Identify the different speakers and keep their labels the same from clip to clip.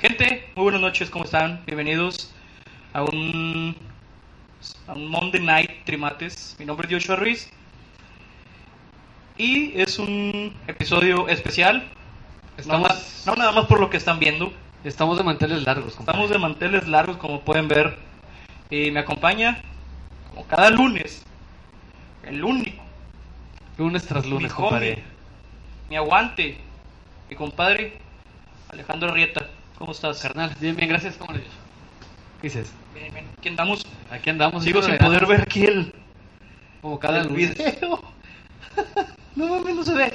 Speaker 1: Gente, muy buenas noches, ¿cómo están? Bienvenidos a un, a un Monday Night Trimates. Mi nombre es Joshua Ruiz y es un episodio especial.
Speaker 2: Estamos-
Speaker 1: No, más- no nada más por lo que están viendo,
Speaker 2: Estamos de manteles largos, compadre.
Speaker 1: estamos de manteles largos como pueden ver y me acompaña como cada lunes, el único,
Speaker 2: Lunes tras lunes,
Speaker 1: mi
Speaker 2: compadre.
Speaker 1: homie, mi aguante, mi compadre Alejandro Arrieta. ¿Cómo estás?
Speaker 2: Carnal, bien, bien, gracias, ¿cómo le- dices?
Speaker 1: Bien, bien. Aquí andamos.
Speaker 2: Aquí andamos.
Speaker 1: Sigo
Speaker 2: hijo
Speaker 1: sin
Speaker 2: Pues de-
Speaker 1: poder ver aquí el,
Speaker 2: Como cada
Speaker 1: el
Speaker 2: lunes.
Speaker 1: video. no mames, no se ve.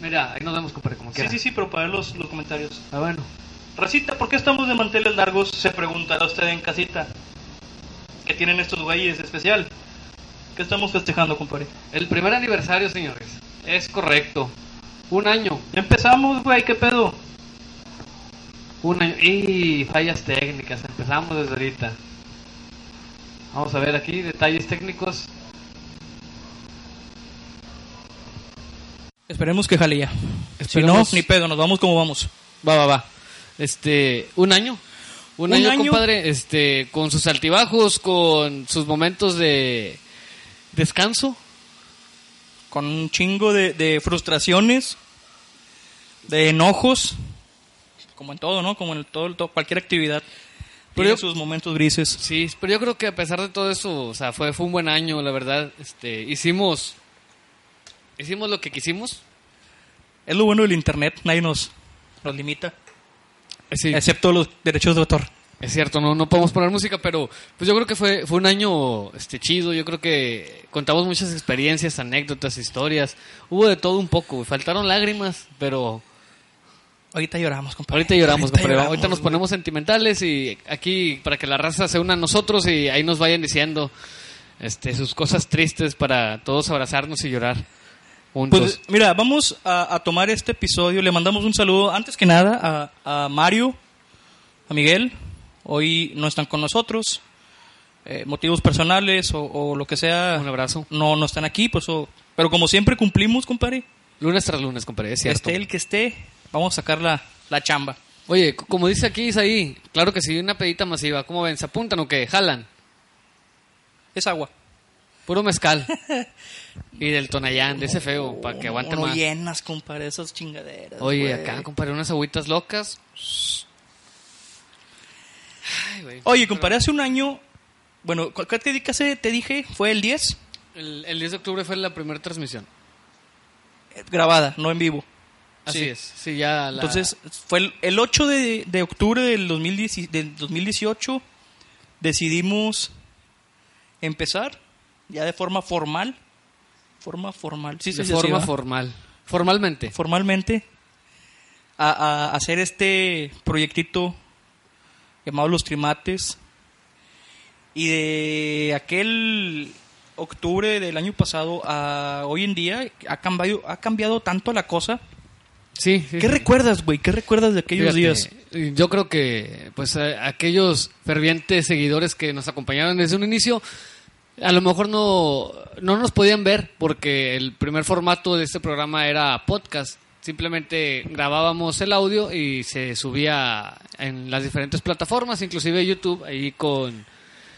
Speaker 2: Mira, ahí nos vemos, compadre, como
Speaker 1: Sí,
Speaker 2: quieras.
Speaker 1: sí, sí, pero para ver los, los comentarios.
Speaker 2: Ah, bueno.
Speaker 1: Racita, ¿por qué estamos de manteles largos? Se preguntará usted en casita. ¿Qué tienen estos güeyes de especial? ¿Qué estamos festejando, compadre?
Speaker 2: El primer aniversario, señores. Es correcto. Un año.
Speaker 1: Ya empezamos, güey, ¿qué pedo?
Speaker 2: Un año. Y fallas técnicas. Empezamos desde ahorita. Vamos a ver aquí detalles técnicos.
Speaker 1: Esperemos que jale ya.
Speaker 2: Esperemos.
Speaker 1: Si no, ni pedo, nos vamos como vamos.
Speaker 2: Va, va, va. Este, un año. Un,
Speaker 1: Un
Speaker 2: año,
Speaker 1: año.
Speaker 2: compadre, este, con sus altibajos, con sus momentos de descanso,
Speaker 1: Con un chingo de, de frustraciones, de enojos, como en todo, ¿no? Como en todo, todo- cualquier actividad.
Speaker 2: Pero
Speaker 1: Tiene
Speaker 2: yo-
Speaker 1: sus momentos grises.
Speaker 2: Sí, pero yo creo que a pesar de todo eso, o sea, fue, fue un buen año, la verdad. Este, hicimos, hicimos lo que quisimos.
Speaker 1: Es lo bueno del internet, nadie nos, nos limita,
Speaker 2: Sí, es,
Speaker 1: excepto los derechos de autor.
Speaker 2: es cierto, no, no podemos poner música, pero pues yo creo que fue, fue un año este, chido. Yo creo que contamos muchas experiencias, anécdotas, historias. Hubo de todo un poco, güey. faltaron lágrimas, pero
Speaker 1: Ahorita lloramos, compadre.
Speaker 2: ahorita lloramos, compadre.
Speaker 1: lloramos,
Speaker 2: ahorita nos
Speaker 1: güey.
Speaker 2: ponemos sentimentales y aquí para que la raza se una a nosotros y ahí nos vayan diciendo este, sus cosas tristes para todos abrazarnos y llorar juntos.
Speaker 1: Pues mira, vamos a, a tomar este episodio. Le mandamos un saludo, antes que nada, a, a Mario, a Miguel. Hoy no están con nosotros. eh, motivos personales o, o lo que sea.
Speaker 2: Un abrazo.
Speaker 1: No, no están aquí, pues, o- pero como siempre cumplimos, compadre.
Speaker 2: Lunes tras lunes, compadre, es cierto.
Speaker 1: Esté Este, el que esté, vamos a sacar la, la chamba.
Speaker 2: Oye, c- como dice aquí Isaí, claro que sí, una pedita masiva. ¿Cómo ven? ¿Se apuntan o qué? Jalan.
Speaker 1: Es agua.
Speaker 2: Puro mezcal. y del Tonayán, de ese feo, para que aguante
Speaker 1: Oh, no
Speaker 2: más.
Speaker 1: llenas, compadre, esas chingaderas.
Speaker 2: Oye,
Speaker 1: güey.
Speaker 2: acá, compadre, unas agüitas locas. Ay, güey.
Speaker 1: Oye, compadre, hace un año, bueno, ¿cu- ¿qué te di- qué hace- te dije? Fue el 10,
Speaker 2: El, el 10 de octubre fue la primera transmisión.
Speaker 1: eh, grabada, no en vivo.
Speaker 2: Así
Speaker 1: Sí.
Speaker 2: es. Sí, ya la...
Speaker 1: Entonces, fue el, el 8 de, de octubre del, 2010 del 2018, decidimos empezar ya de forma formal. Forma formal, sí,
Speaker 2: de
Speaker 1: sí, sí,
Speaker 2: forma
Speaker 1: sí, ¿va?
Speaker 2: formal. Formalmente.
Speaker 1: formalmente a, a hacer este proyectito llamado Los Trimates. Y de aquel octubre del año pasado a hoy en día ha cambiado, ha cambiado tanto la cosa.
Speaker 2: Sí, sí.
Speaker 1: ¿Qué
Speaker 2: sí.
Speaker 1: recuerdas, güey? ¿Qué recuerdas de aquellos días?
Speaker 2: Fíjate, Yo creo que pues a- aquellos fervientes seguidores que nos acompañaron desde un inicio, a lo mejor no, no nos podían ver porque el primer formato de este programa era podcast. Simplemente grabábamos el audio y se subía en las diferentes plataformas, inclusive YouTube, ahí con...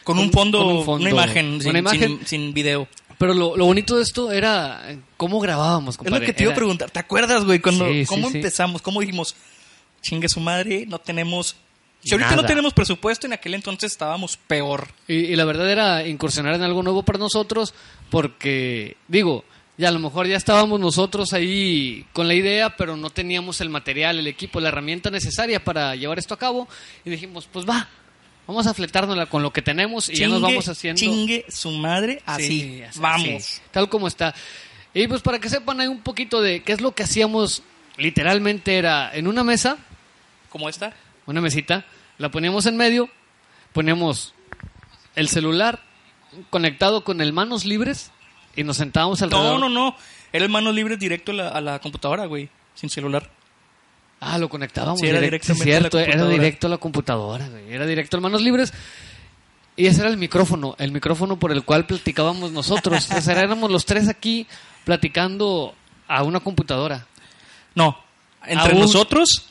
Speaker 1: Con un
Speaker 2: con-
Speaker 1: fondo,
Speaker 2: con un fondo,
Speaker 1: una imagen,
Speaker 2: una
Speaker 1: sin,
Speaker 2: imagen.
Speaker 1: sin- sin video.
Speaker 2: Pero lo, lo bonito de esto era eh, cómo grabábamos,
Speaker 1: Es lo
Speaker 2: compadre.
Speaker 1: que te iba a
Speaker 2: Era-
Speaker 1: preguntar. ¿Te acuerdas, güey? Cuando,
Speaker 2: Sí, sí,
Speaker 1: ¿Cómo
Speaker 2: sí.
Speaker 1: empezamos? ¿Cómo dijimos? Chingue su madre, no tenemos... Si ahorita no
Speaker 2: Nada.
Speaker 1: tenemos presupuesto, en aquel entonces estábamos peor.
Speaker 2: Y, y la verdad era incursionar en algo nuevo para nosotros, porque, digo, ya a lo mejor ya estábamos nosotros ahí con la idea, pero no teníamos el material, el equipo, la herramienta necesaria para llevar esto a cabo. Y dijimos, pues va, vamos a fletárnosla con lo que tenemos y ya nos vamos haciendo.
Speaker 1: Chingue su madre así.
Speaker 2: Sí,
Speaker 1: Vamos.
Speaker 2: así, tal como está. Y pues para que sepan hay un poquito de qué es lo que hacíamos, literalmente era en una mesa,
Speaker 1: ¿Cómo está?
Speaker 2: una mesita, la poníamos en medio, poníamos el celular conectado con el manos libres y nos sentábamos alrededor.
Speaker 1: No, no, no. Era el manos libres directo a la, a la computadora, güey. Sin celular.
Speaker 2: Ah, lo conectábamos
Speaker 1: Sí, era
Speaker 2: directo,
Speaker 1: directamente a la
Speaker 2: cierto, era
Speaker 1: computadora.
Speaker 2: directo a la computadora, güey, era directo al manos libres. Y ese era el micrófono, el micrófono por el cual platicábamos nosotros. o sea, éramos los tres aquí platicando a una computadora.
Speaker 1: No. Entre
Speaker 2: Aún-
Speaker 1: nosotros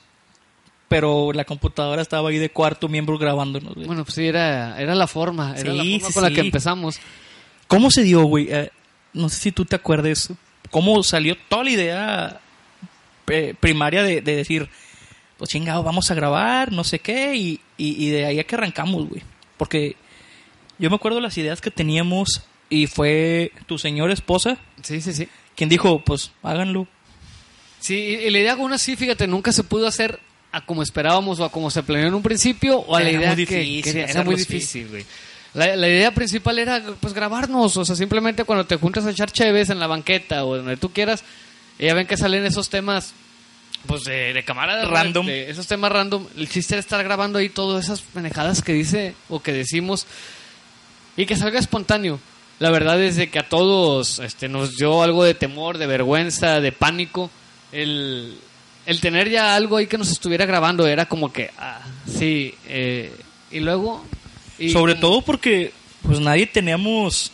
Speaker 1: pero la computadora estaba ahí de cuarto miembro grabándonos. güey.
Speaker 2: Bueno, pues sí, era, era la forma, era la
Speaker 1: Sí,
Speaker 2: forma
Speaker 1: sí,
Speaker 2: con la
Speaker 1: sí.
Speaker 2: que empezamos.
Speaker 1: ¿Cómo se dio, güey? Eh, no sé si tú te acuerdes. ¿Cómo salió toda la idea eh, primaria de, de decir, pues chingado, vamos a grabar, no sé qué, y, y- y de ahí a que arrancamos, güey? Porque yo me acuerdo las ideas que teníamos y fue tu señora esposa
Speaker 2: Sí, sí, sí.
Speaker 1: quien dijo, pues háganlo.
Speaker 2: Sí, y y la idea con una sí, fíjate, nunca se pudo hacer a como esperábamos o a como se planeó en un principio o a la
Speaker 1: Era
Speaker 2: idea
Speaker 1: muy
Speaker 2: que
Speaker 1: difícil
Speaker 2: quería- Era
Speaker 1: hacerlo,
Speaker 2: muy
Speaker 1: sí.
Speaker 2: difícil, güey. La, la idea principal era, pues, grabarnos. O sea, simplemente cuando te juntas a echar cheves en la banqueta o donde tú quieras, y ya ven que salen esos temas, pues, de, de cámara de
Speaker 1: Random.
Speaker 2: de esos temas random. El chiste era estar grabando ahí todas esas manejadas que dice o que decimos y que salga espontáneo. La verdad es de que a todos este, nos dio algo de temor, de vergüenza, de pánico. El, el tener ya algo ahí que nos estuviera grabando era como que, ah, sí. eh, y luego. y
Speaker 1: Sobre
Speaker 2: como-
Speaker 1: todo porque pues nadie teníamos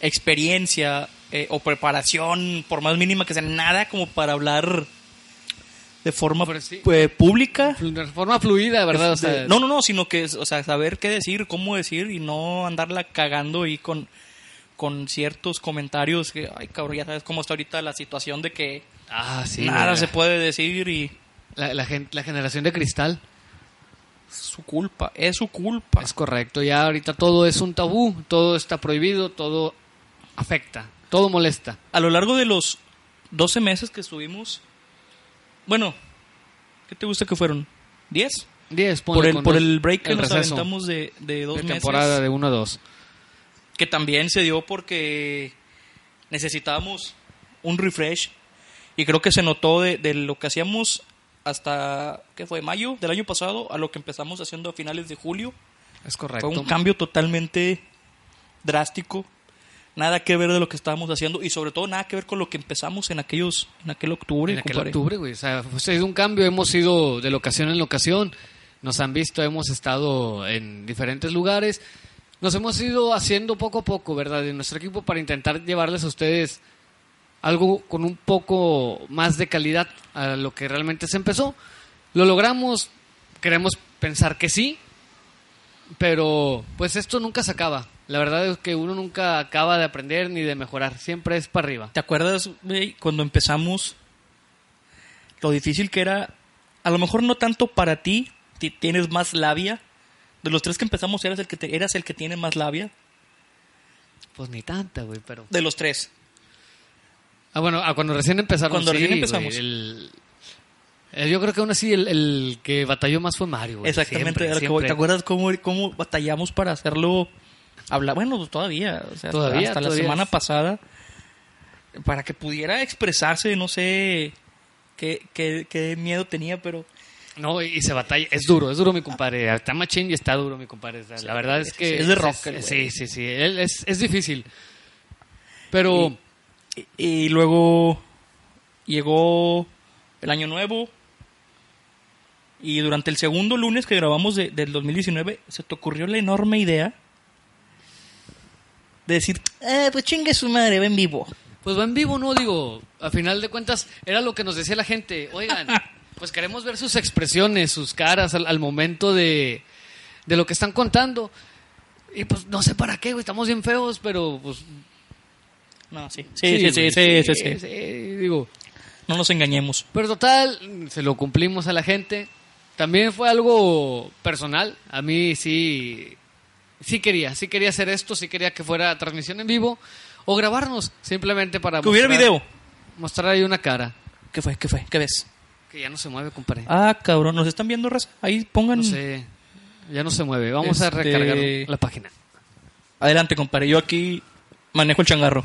Speaker 1: experiencia eh, o preparación, por más mínima que sea, nada como para hablar de forma
Speaker 2: Pero Pues sí.
Speaker 1: eh, pública.
Speaker 2: flu- De forma fluida, ¿verdad? O sea,
Speaker 1: De- Este, no, no, no, sino que, o sea, saber qué decir, cómo decir y no andarla cagando y con, con ciertos comentarios que, ay, cabrón, ya sabes cómo está ahorita la situación de que
Speaker 2: Ah, sí.
Speaker 1: nada
Speaker 2: güey.
Speaker 1: se puede decir y
Speaker 2: La, la gen- la generación de cristal.
Speaker 1: su culpa, es su culpa.
Speaker 2: Es correcto. Ya ahorita todo es un tabú. Todo está prohibido. Todo afecta. Todo molesta.
Speaker 1: a lo largo de los 12 meses que estuvimos, bueno, ¿qué te gusta que fueron? ¿10?
Speaker 2: 10
Speaker 1: Por el, por el break que nos
Speaker 2: receso
Speaker 1: aventamos de, de dos
Speaker 2: de
Speaker 1: meses.
Speaker 2: temporada de 1 a 2.
Speaker 1: Que también se dio porque necesitábamos un refresh. Y creo que se notó de, de lo que hacíamos hasta, ¿qué fue? Mayo del año pasado a lo que empezamos haciendo a finales de julio.
Speaker 2: Es correcto.
Speaker 1: Fue un cambio totalmente drástico. Nada que ver de lo que estábamos haciendo y sobre todo nada que ver con lo que empezamos en aquellos en aquel octubre,
Speaker 2: en aquel
Speaker 1: compadre.
Speaker 2: octubre, güey. O sea, fue- ha sido un cambio. Hemos ido de locación en locación. Nos han visto, hemos estado en diferentes lugares. Nos hemos ido haciendo poco a poco, ¿verdad? De nuestro equipo para intentar llevarles a ustedes algo con un poco más de calidad a lo que realmente se empezó. Lo logramos, queremos pensar que sí, pero pues esto nunca se acaba. La verdad es que uno nunca acaba de aprender ni de mejorar, siempre es para arriba.
Speaker 1: ¿Te acuerdas, güey, cuando empezamos lo difícil que era? A lo mejor no tanto para ti, ti- tienes más labia. De los tres que empezamos eras el que te- eras el que tiene más labia
Speaker 2: Pues ni tanta, güey, pero...
Speaker 1: de los tres.
Speaker 2: Ah, bueno, ah, cuando recién empezaron.
Speaker 1: Cuando
Speaker 2: sí,
Speaker 1: recién
Speaker 2: güey,
Speaker 1: empezamos.
Speaker 2: el- eh, yo creo que aún así el, el que batalló más fue Mario. güey,
Speaker 1: Exactamente,
Speaker 2: siempre,
Speaker 1: a lo que voy.
Speaker 2: siempre.
Speaker 1: ¿te acuerdas cómo, cómo batallamos para hacerlo? Hablar, bueno, pues, todavía, o sea,
Speaker 2: Todavía,
Speaker 1: hasta
Speaker 2: todavía.
Speaker 1: la semana pasada, para que pudiera expresarse, no sé qué, qué- qué miedo tenía, pero
Speaker 2: No, y y se batalla. Es duro, es duro, mi compadre. Está machín y está duro, mi compadre. O sea, La verdad es
Speaker 1: sí,
Speaker 2: que.
Speaker 1: sí, es de rock, el
Speaker 2: Sí,
Speaker 1: güey.
Speaker 2: sí, sí. él es, es difícil. Pero.
Speaker 1: Y, y luego llegó el año nuevo. Y durante el segundo lunes que grabamos de- del 2019, se te ocurrió la enorme idea de decir, eh, pues chingue su madre, ven vivo.
Speaker 2: Pues va en vivo, ¿no? Digo, a final de cuentas, era lo que nos decía la gente. Oigan, pues queremos ver sus expresiones, sus caras al, al momento de, de lo que están contando. Y pues no sé para qué, güey, estamos bien feos, pero pues...
Speaker 1: No, sí. Sí, sí, sí, sí,
Speaker 2: güey,
Speaker 1: sí, sí.
Speaker 2: sí, Digo,
Speaker 1: No nos engañemos.
Speaker 2: pero total, se lo cumplimos a la gente. También fue algo personal. A mí sí, sí quería, sí quería hacer esto, sí quería que fuera transmisión en vivo o grabarnos simplemente para...
Speaker 1: Que hubiera
Speaker 2: mostrar-
Speaker 1: video.
Speaker 2: Mostrar ahí una cara.
Speaker 1: ¿Qué fue? ¿Qué fue? ¿Qué ves?
Speaker 2: Que ya no se mueve, compadre.
Speaker 1: Ah, cabrón, ¿nos están viendo, raza? Ahí pongan...
Speaker 2: no sé. Ya no se mueve. Vamos a
Speaker 1: Este-
Speaker 2: recargar la página.
Speaker 1: Adelante, compadre. Yo aquí manejo el changarro.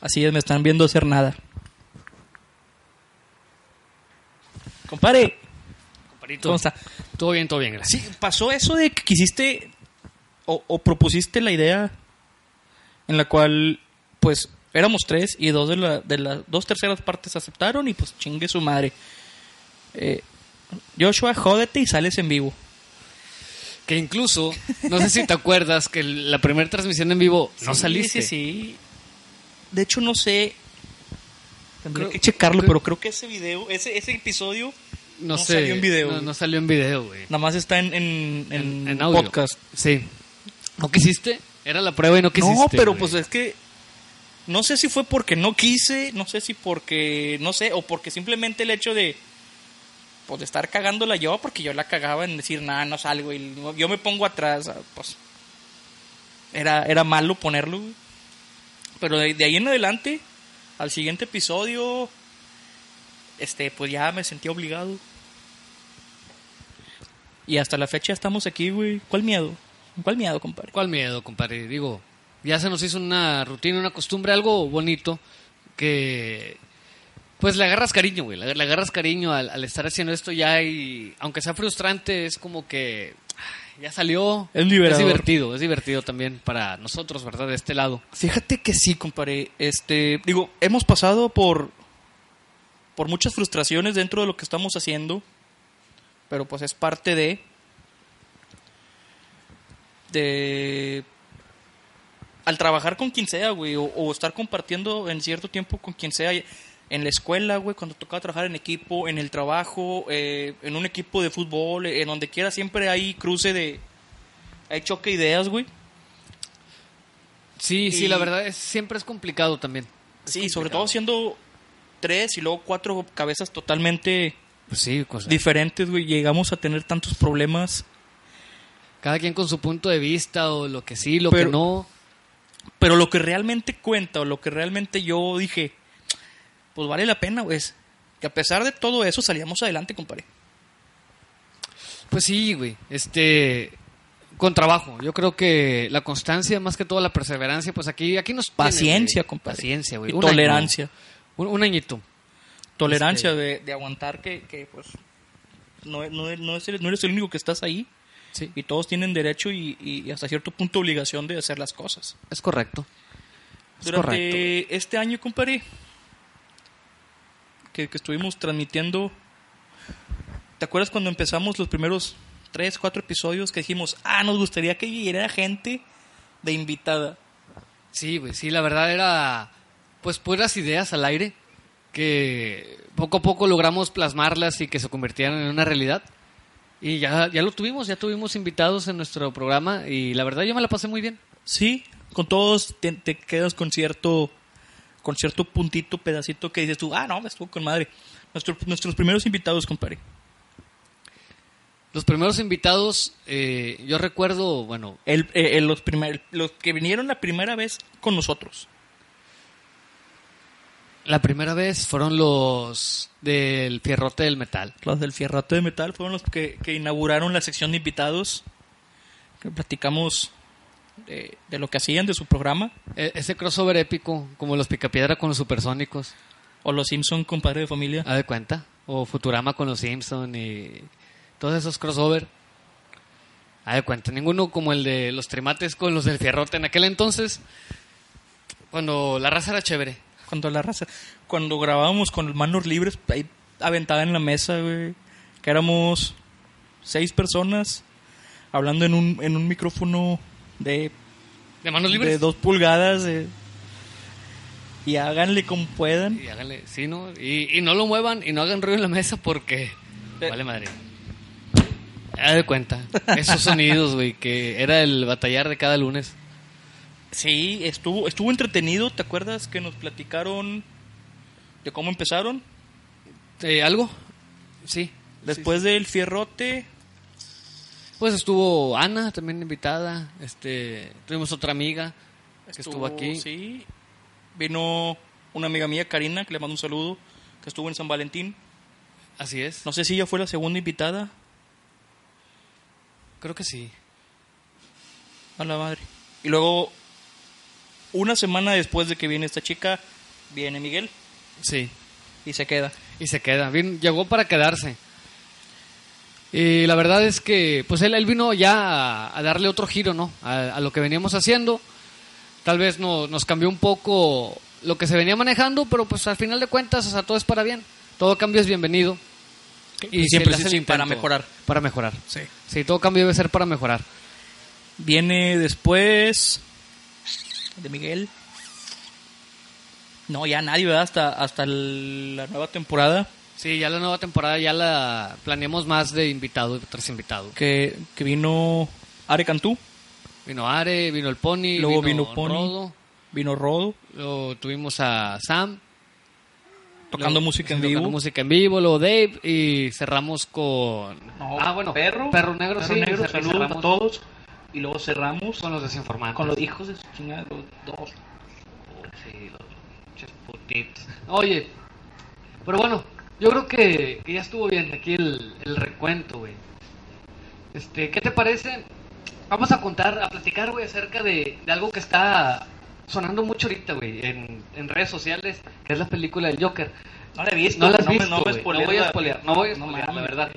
Speaker 1: Así es, me están viendo hacer nada. Compadre,
Speaker 2: Comparito.
Speaker 1: ¿cómo está?
Speaker 2: Todo bien, todo bien, gracias.
Speaker 1: Sí, pasó eso de que quisiste o, o propusiste la idea en la cual, pues, éramos tres y dos de la, de las dos terceras partes aceptaron y pues chingue su madre. Eh, Joshua, jódete y sales en vivo.
Speaker 2: Que incluso, no sé si te acuerdas que la primera transmisión en vivo no
Speaker 1: Sí,
Speaker 2: saliste.
Speaker 1: Sí, sí. De hecho, no sé. Tendré
Speaker 2: Creo-
Speaker 1: que checarlo,
Speaker 2: creo-
Speaker 1: pero creo que ese video, ese, ese episodio,
Speaker 2: No,
Speaker 1: No
Speaker 2: sé,
Speaker 1: salió en video,
Speaker 2: No,
Speaker 1: güey.
Speaker 2: no salió en video, güey.
Speaker 1: nada más está en, en, en
Speaker 2: En audio.
Speaker 1: podcast.
Speaker 2: Sí. ¿No quisiste? Era la prueba y no quisiste.
Speaker 1: no, pero
Speaker 2: güey.
Speaker 1: pues es que. No sé si fue porque no quise, no sé si porque. No sé, o porque simplemente el hecho de. Pues de estar cagándola yo, porque yo la cagaba en decir, nada, no salgo, y no- yo me pongo atrás, ah, pues. Era, era malo ponerlo, güey. Pero de, de ahí en adelante, al siguiente episodio. Este, pues ya me sentí obligado. Y hasta la fecha estamos aquí, güey. ¿Cuál miedo? ¿Cuál miedo, compadre?
Speaker 2: ¿Cuál miedo, compadre? Digo, ya se nos hizo una rutina, una costumbre, algo bonito que. Pues le agarras cariño, güey. Le le agarras cariño al, al estar haciendo esto ya y. Aunque sea frustrante, es como que. ay, Ya salió.
Speaker 1: Es liberador.
Speaker 2: divertido, es divertido también para nosotros, ¿verdad? De este lado.
Speaker 1: Fíjate que sí, compadre. Este, digo, hemos pasado por por muchas frustraciones dentro de lo que estamos haciendo, pero pues es parte de de al trabajar con quien sea, güey, o, o estar compartiendo en cierto tiempo con quien sea en la escuela, güey, cuando tocaba trabajar en equipo, en el trabajo, eh, en un equipo de fútbol, eh, en donde quiera siempre hay cruce de hay choque de ideas, güey.
Speaker 2: Sí, sí,
Speaker 1: Y-
Speaker 2: la verdad, es, siempre es complicado también. Es
Speaker 1: Sí, sobre
Speaker 2: complicado.
Speaker 1: todo siendo tres y luego cuatro cabezas totalmente
Speaker 2: Pues sí, cosa-
Speaker 1: diferentes, güey. Llegamos a tener tantos problemas.
Speaker 2: cada quien con su punto de vista o lo que sí, lo
Speaker 1: Pero-
Speaker 2: que no.
Speaker 1: Pero lo que realmente cuenta o lo que realmente yo dije, pues vale la pena, güey. es Que a pesar de todo eso salíamos adelante, compadre.
Speaker 2: Pues sí, güey. Este, con trabajo. Yo creo que la constancia, más que todo la perseverancia, pues aquí, aquí nos tiene,
Speaker 1: Paciencia,
Speaker 2: güey.
Speaker 1: compadre.
Speaker 2: Paciencia, güey.
Speaker 1: Y
Speaker 2: Un año.
Speaker 1: tolerancia.
Speaker 2: un, un añito.
Speaker 1: Tolerancia
Speaker 2: Este-
Speaker 1: de, de aguantar que, que, pues, no, no, no es el- no eres el único que estás ahí.
Speaker 2: Sí,
Speaker 1: Y todos tienen derecho y, y- y hasta cierto punto obligación de hacer las cosas.
Speaker 2: es correcto. Es
Speaker 1: Durante
Speaker 2: correcto.
Speaker 1: este año, compadre, que, que estuvimos transmitiendo, ¿te acuerdas cuando empezamos los primeros tres, cuatro episodios que dijimos, ah, nos gustaría que viniera gente de invitada?
Speaker 2: Sí, güey. Sí, la verdad era, pues, puras ideas al aire que poco a poco logramos plasmarlas y que se convirtieran en una realidad. Y ya, ya lo tuvimos, ya tuvimos invitados en nuestro programa y la verdad yo me la pasé muy bien.
Speaker 1: Sí, con todos te, te quedas con cierto, con cierto puntito, pedacito que dices tú, ah, no, estuvo con madre. Nuestro- nuestros primeros invitados, compadre.
Speaker 2: Los primeros invitados, eh, yo recuerdo, bueno,
Speaker 1: El- eh, eh, los, primer- los que vinieron la primera vez con nosotros.
Speaker 2: La primera vez fueron los del Fierrote del Metal.
Speaker 1: Los del Fierrato de Metal fueron los que, que inauguraron la sección de invitados. Que platicamos de, de lo que hacían, de su programa.
Speaker 2: E- ese crossover épico, como los Picapiedra con los Supersónicos,
Speaker 1: O los Simpson con Padre de Familia.
Speaker 2: ¿a de cuenta? O Futurama con los Simpson y todos esos crossover. ¿A de cuenta? Ninguno como el de los Trimates con los del Fierrote en aquel entonces, cuando la raza era chévere.
Speaker 1: Cuando la raza. Cuando grabábamos con manos libres, ahí aventada en la mesa, güey. Que éramos seis personas hablando en un, en un micrófono de,
Speaker 2: De manos
Speaker 1: de
Speaker 2: libres.
Speaker 1: dos pulgadas. eh. Y háganle como puedan.
Speaker 2: Y háganle, sí, ¿no? Y, y no lo muevan y no hagan ruido en la mesa porque.
Speaker 1: Pero-
Speaker 2: Vale, madre. Haz de cuenta. Esos sonidos, güey, que era el batallar de cada lunes.
Speaker 1: Sí, estuvo, estuvo entretenido. ¿Te acuerdas que nos platicaron de cómo empezaron?
Speaker 2: Eh, ¿Algo? Sí.
Speaker 1: Después del fierrote,
Speaker 2: Pues estuvo Ana también invitada. Este, tuvimos otra amiga que estuvo, aquí.
Speaker 1: Sí, vino una amiga mía, Karina, que le mando un saludo, que estuvo en San Valentín.
Speaker 2: Así es.
Speaker 1: No sé si ella fue la segunda invitada.
Speaker 2: Creo que sí.
Speaker 1: A la madre. Y luego, una semana después de que viene esta chica, viene Miguel
Speaker 2: Sí.
Speaker 1: y se queda.
Speaker 2: Y se queda. Vin- llegó para quedarse. Y la verdad es que, pues él, él vino ya a, a darle otro giro, ¿no? A, a lo que veníamos haciendo. Tal vez no, nos cambió un poco lo que se venía manejando, pero pues al final de cuentas, o sea, todo es para bien. Todo cambio es bienvenido. Y se
Speaker 1: siempre
Speaker 2: le hace
Speaker 1: sí,
Speaker 2: el
Speaker 1: sí, para
Speaker 2: intento.
Speaker 1: mejorar.
Speaker 2: Para mejorar.
Speaker 1: Sí.
Speaker 2: Sí, todo cambio debe ser para mejorar.
Speaker 1: Viene después de Miguel. No, ya nadie, ¿verdad? Hasta, hasta el- la nueva temporada
Speaker 2: Sí, ya la nueva temporada ya la planeamos más de invitado tras invitado.
Speaker 1: que, que vino Are Cantú,
Speaker 2: Vino Are, vino el Pony,
Speaker 1: luego
Speaker 2: vino,
Speaker 1: vino, Pony,
Speaker 2: Rodo,
Speaker 1: vino Rodo,
Speaker 2: luego tuvimos a Sam.
Speaker 1: tocando
Speaker 2: luego-
Speaker 1: música en
Speaker 2: sí, tocando
Speaker 1: vivo.
Speaker 2: música en vivo, luego Dave y cerramos con...
Speaker 1: No,
Speaker 2: ah, bueno,
Speaker 1: Perro,
Speaker 2: Perro Negro,
Speaker 1: Perro
Speaker 2: sí,
Speaker 1: Negro,
Speaker 2: cer-
Speaker 1: saludos
Speaker 2: cerramos
Speaker 1: a todos. Y luego cerramos
Speaker 2: con los desinformantes.
Speaker 1: con los hijos de su chingada, los dos.
Speaker 2: Sí, los pinches putitos. Oye, pero bueno, yo creo que, que ya estuvo bien aquí el, el recuento, güey. Este, ¿qué te parece? Vamos a contar, a platicar, güey, acerca de, de algo que está sonando mucho ahorita, güey, en, en redes sociales, que es la película del Joker.
Speaker 1: No la he visto,
Speaker 2: No la has
Speaker 1: me-
Speaker 2: visto,
Speaker 1: me
Speaker 2: güey.
Speaker 1: spoilees
Speaker 2: No voy a
Speaker 1: la-
Speaker 2: spoilear, no voy a
Speaker 1: no
Speaker 2: spoilear, la
Speaker 1: mames.
Speaker 2: verdad.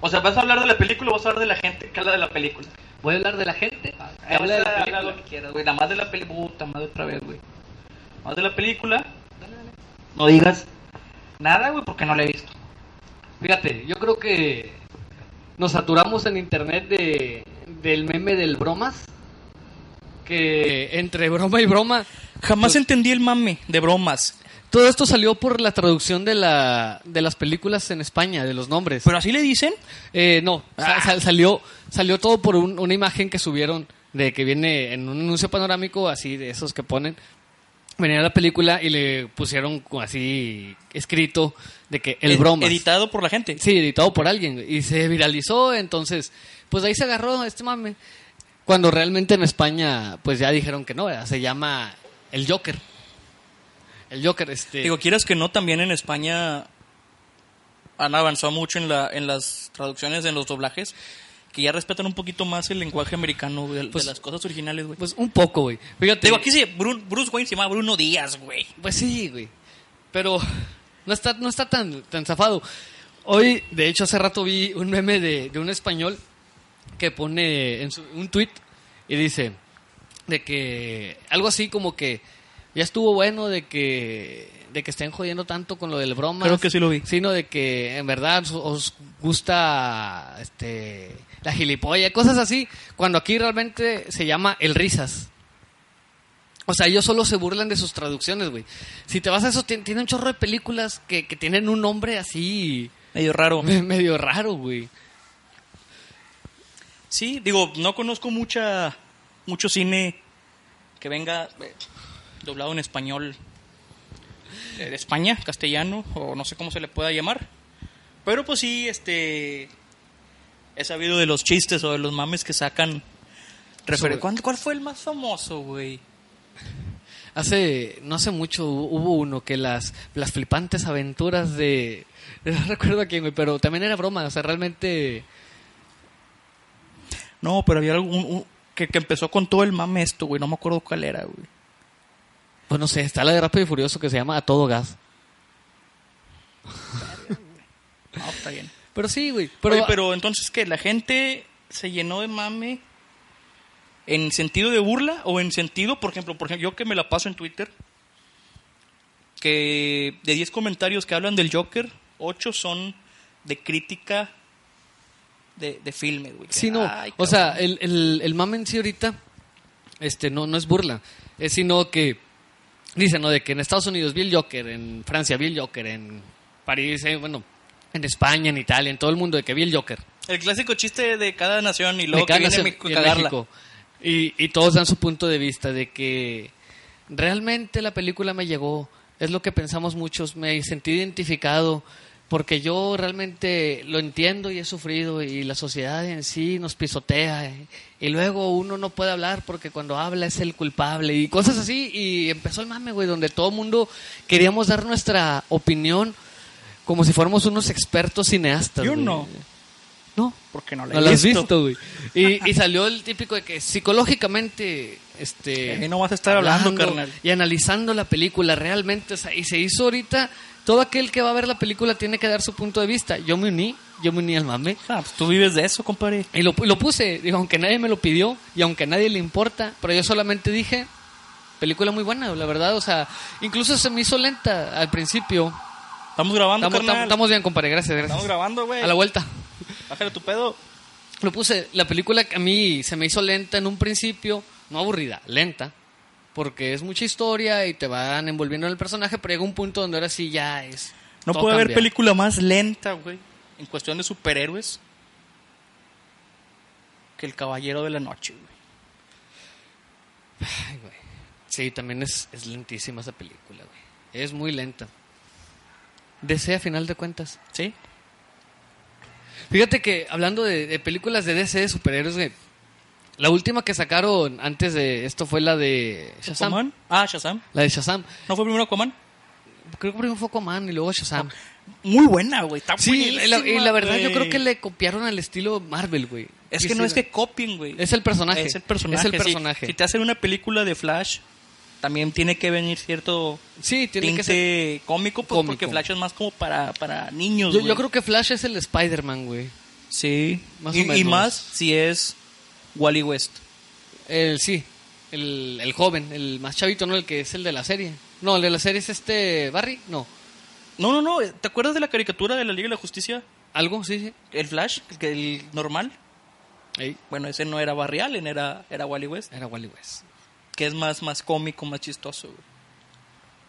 Speaker 1: O sea, vas a hablar de la película o vas a hablar de la gente que habla de la película.
Speaker 2: Voy a hablar de la gente, que habla
Speaker 1: Ah, Habla
Speaker 2: de la película.
Speaker 1: lo que quieras, güey. Nada más de la película. Puta madre, otra vez, güey. Nada más de la película. No digas nada, güey, porque no la he visto.
Speaker 2: Fíjate, yo creo que nos saturamos en internet de, del meme del bromas. Que entre broma y broma,
Speaker 1: Jamás entendí el mame de bromas.
Speaker 2: todo esto salió por la traducción de, la, de las películas en España, de los nombres.
Speaker 1: ¿Pero Ah. así le dicen?
Speaker 2: Eh, no, sa- sal- salió, salió todo por un- una imagen que subieron de que viene en un anuncio panorámico, así de esos que ponen. Venía la película y le pusieron co- así escrito de que el
Speaker 1: Ed-
Speaker 2: bromas.
Speaker 1: Editado por la gente.
Speaker 2: Sí, editado por alguien. güey, Y se viralizó, entonces, pues de ahí se agarró este mame. Cuando realmente en España, pues ya dijeron que no, ¿verdad? se llama el Joker. El Joker, este...
Speaker 1: Digo, quieras que no, también en España han avanzado mucho en, la, en las traducciones, en los doblajes, que ya respetan un poquito más el lenguaje americano güey, de,
Speaker 2: Pues-
Speaker 1: las cosas originales, güey.
Speaker 2: pues un poco, güey. Fíjate,
Speaker 1: Digo, aquí sí, Bru- Bruce Wayne se llama Bruno Díaz, güey.
Speaker 2: Pues sí, güey. Pero no está, no está tan, tan zafado. Hoy, de hecho, hace rato vi un meme de, de un español que pone en su- un tweet y dice de que algo así como que ya estuvo bueno de que de que estén jodiendo tanto con lo del broma
Speaker 1: Creo que sí lo vi.
Speaker 2: sino de que en verdad os- os gusta este la gilipolla cosas así cuando aquí realmente se llama el risas o sea, ellos solo se burlan de sus traducciones, güey. Si te vas a eso, tien- tiene un chorro de películas que, que tienen un nombre así
Speaker 1: Medio raro.
Speaker 2: me- medio raro, güey.
Speaker 1: Sí, digo, no conozco mucha mucho cine que venga eh, doblado en español eh, de España, castellano o no sé cómo se le pueda llamar. Pero pues sí, este he sabido de los chistes o de los mames que sacan refer-
Speaker 2: Sobre-
Speaker 1: ¿Cuál, cuál fue el más famoso, güey?
Speaker 2: Hace, no hace mucho hu- hubo uno que las, las flipantes aventuras de... No recuerdo a quién, güey, pero también era broma. O sea, realmente...
Speaker 1: No, pero había algún un- que, que empezó con todo el mame esto, güey, no me acuerdo cuál era, güey.
Speaker 2: Pues no sé, está la de Rápido y Furioso que se llama A Todo Gas.
Speaker 1: No, está bien.
Speaker 2: Pero sí, güey.
Speaker 1: Pero,
Speaker 2: Pero,
Speaker 1: pero entonces que la gente se llenó de mame en sentido de burla o en sentido, por ejemplo, por ejemplo, yo que me la paso en Twitter, que de 10 comentarios que hablan del Joker, 8 son de crítica de, de filme, güey.
Speaker 2: Sí, no.
Speaker 1: Ay,
Speaker 2: o
Speaker 1: cabrón.
Speaker 2: sea, el, el, el mame en sí ahorita este, no, no es burla. Es sino que dicen, ¿no? De que en Estados Unidos vi el Joker, en Francia vi el Joker, en París, eh, bueno, en España, en Italia, en todo el mundo, de que vi el Joker.
Speaker 1: El clásico chiste de cada nación y luego
Speaker 2: de cada
Speaker 1: que viene
Speaker 2: nación,
Speaker 1: México a
Speaker 2: y en
Speaker 1: cagarla.
Speaker 2: México. Y, y todos dan su punto de vista de que realmente la película me llegó, es lo que pensamos muchos, me sentí identificado porque yo realmente lo entiendo y he sufrido y la sociedad en sí nos pisotea eh. y luego uno no puede hablar porque cuando habla es el culpable y cosas así y empezó el mame, güey, donde todo el mundo queríamos dar nuestra opinión como si fuéramos unos expertos cineastas.
Speaker 1: Yo
Speaker 2: güey.
Speaker 1: no.
Speaker 2: No,
Speaker 1: Porque no la
Speaker 2: no
Speaker 1: he
Speaker 2: lo has
Speaker 1: visto.
Speaker 2: visto, güey. Y, y salió el típico de que psicológicamente, este...
Speaker 1: Ahí no vas a estar hablando, carnal.
Speaker 2: Y analizando la película realmente. o sea, y se hizo ahorita... Todo aquel que va a ver la película tiene que dar su punto de vista. Yo me uní, yo me uní al mame.
Speaker 1: Ah, pues tú vives de eso, compadre.
Speaker 2: Y lo, lo puse, digo, aunque nadie me lo pidió y aunque a nadie le importa, pero yo solamente dije, película muy buena, la verdad, o sea, incluso se me hizo lenta al principio.
Speaker 1: Estamos grabando,
Speaker 2: Estamos,
Speaker 1: carnal.
Speaker 2: estamos- estamos bien, compadre. Gracias,
Speaker 1: Estamos
Speaker 2: gracias.
Speaker 1: grabando, eh. güey.
Speaker 2: A la vuelta.
Speaker 1: Bájale tu pedo.
Speaker 2: Lo puse, la película que a mí se me hizo lenta en un principio, no aburrida, lenta, porque es mucha historia y te van envolviendo en el personaje, pero llega un punto donde ahora sí ya es...
Speaker 1: No
Speaker 2: todo
Speaker 1: puede haber
Speaker 2: cambia.
Speaker 1: película más lenta, güey, en cuestión de superhéroes que El Caballero de la Noche, güey.
Speaker 2: Ay, güey. Sí, también es, es lentísima esa película, güey. Es muy lenta. DC a final de cuentas.
Speaker 1: ¿Sí?
Speaker 2: Fíjate que hablando de, de películas de DC de superhéroes, güey, la última que sacaron antes de esto fue la de Shazam.
Speaker 1: ¿Aquaman? Ah, Shazam.
Speaker 2: La de Shazam.
Speaker 1: ¿No fue primero Aquaman?
Speaker 2: Creo que primero fue Aquaman y luego Shazam.
Speaker 1: Muy buena, güey. Está
Speaker 2: Sí, y la, y la
Speaker 1: buenísima,
Speaker 2: verdad yo
Speaker 1: güey.
Speaker 2: creo que le copiaron al estilo Marvel, güey.
Speaker 1: Es que
Speaker 2: Quisiera-
Speaker 1: no es que copien, güey.
Speaker 2: Es el personaje.
Speaker 1: Es el personaje.
Speaker 2: Es el
Speaker 1: sí.
Speaker 2: personaje.
Speaker 1: Si, te hacen una película de Flash, también tiene que venir cierto
Speaker 2: Sí, tiene
Speaker 1: tinte
Speaker 2: que ser...
Speaker 1: cómico, pues,
Speaker 2: cómico.
Speaker 1: porque Flash es más como para, para niños,
Speaker 2: Yo,
Speaker 1: güey.
Speaker 2: yo creo que Flash es el Spider-Man, güey.
Speaker 1: Sí.
Speaker 2: Más
Speaker 1: y,
Speaker 2: o
Speaker 1: y
Speaker 2: menos.
Speaker 1: más si es Wally West.
Speaker 2: El, sí, el, el joven, el más chavito, ¿no? El que es el de la serie. No, el de la serie es este Barry, no.
Speaker 1: No, no, no. ¿Te acuerdas de la caricatura de la Liga de la Justicia?
Speaker 2: ¿Algo? Sí, sí.
Speaker 1: El Flash, el, que- el normal.
Speaker 2: Ahí.
Speaker 1: Bueno, ese no era Barry Allen, era, era Wally West.
Speaker 2: Era Wally West.
Speaker 1: Que es más, más cómico, más chistoso, güey.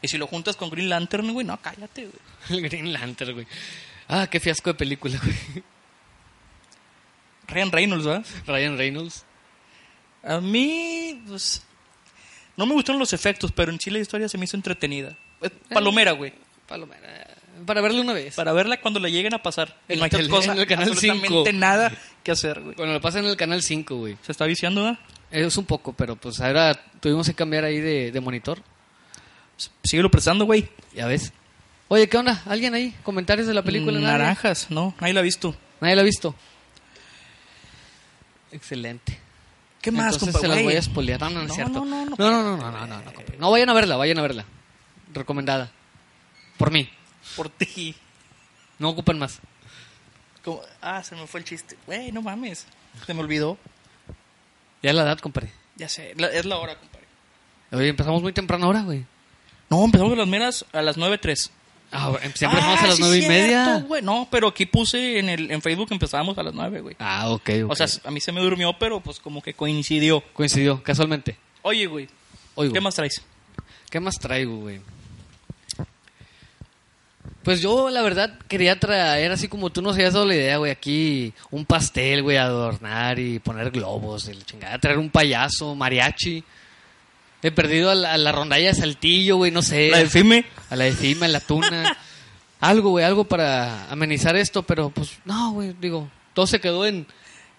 Speaker 1: Y si lo juntas con Green Lantern, güey, no, cállate, güey.
Speaker 2: El Green Lantern, güey. Ah, qué fiasco de película, güey.
Speaker 1: Ryan Reynolds, ¿verdad?
Speaker 2: Ryan Reynolds.
Speaker 1: A mí, pues. No me gustaron los efectos, pero en Chile la historia se me hizo entretenida. Es Palomera, güey.
Speaker 2: Palomera. Para verlo una vez.
Speaker 1: Para verla cuando la lleguen a pasar.
Speaker 2: En
Speaker 1: no hay
Speaker 2: la tele-
Speaker 1: cosa,
Speaker 2: en el canal
Speaker 1: absolutamente
Speaker 2: cinco.
Speaker 1: nada que hacer, güey.
Speaker 2: Bueno, lo pasan en el canal 5, güey.
Speaker 1: Se está viciando, ¿verdad?
Speaker 2: Es un poco, pero pues ahora tuvimos que cambiar ahí de, de monitor.
Speaker 1: Síguelo prestando, güey.
Speaker 2: Ya ves. Oye, ¿qué onda? ¿Alguien ahí? ¿Comentarios de la película? Nadie.
Speaker 1: Naranjas, no, nadie la ha visto.
Speaker 2: Nadie la ha visto. Excelente.
Speaker 1: ¿Qué más,
Speaker 2: Entonces
Speaker 1: compa,
Speaker 2: se las
Speaker 1: güey?
Speaker 2: voy a espolear. No, no, no, es
Speaker 1: No, no,
Speaker 2: cierto.
Speaker 1: no, no,
Speaker 2: no, no, no, no, no, no, no, compa. No, vayan a verla, vayan a verla. Recomendada. Por mí.
Speaker 1: Por ti.
Speaker 2: No ocupan más.
Speaker 1: Como- Ah, se me fue el chiste. Güey, no mames. Se me olvidó.
Speaker 2: Ya la edad, compadre.
Speaker 1: Ya sé, la- es la hora, compadre.
Speaker 2: Oye, empezamos muy temprano ahora, güey.
Speaker 1: No, empezamos a las meras a las 9.03.
Speaker 2: Ah, bueno, siempre
Speaker 1: Ah,
Speaker 2: empezamos a las
Speaker 1: sí,
Speaker 2: nueve y
Speaker 1: cierto,
Speaker 2: media.
Speaker 1: güey. No, pero aquí puse en, el, en Facebook que empezábamos a las 9, güey.
Speaker 2: Ah, ok, ok.
Speaker 1: O sea, a mí se me durmió, pero pues como que coincidió.
Speaker 2: coincidió, casualmente.
Speaker 1: Oye, güey,
Speaker 2: Oye,
Speaker 1: ¿qué
Speaker 2: güey,
Speaker 1: más traes?
Speaker 2: ¿qué más traigo, güey? Pues yo, la verdad, quería traer, así como tú nos habías dado la idea, güey, aquí un pastel, güey, adornar y poner globos, el chingada, traer un payaso, mariachi. He perdido a la, a la rondalla de Saltillo, güey, no sé.
Speaker 1: La del FIME.
Speaker 2: A la de Cima, a la Tuna. algo, güey, algo para amenizar esto, pero pues no, güey, digo, todo se quedó en,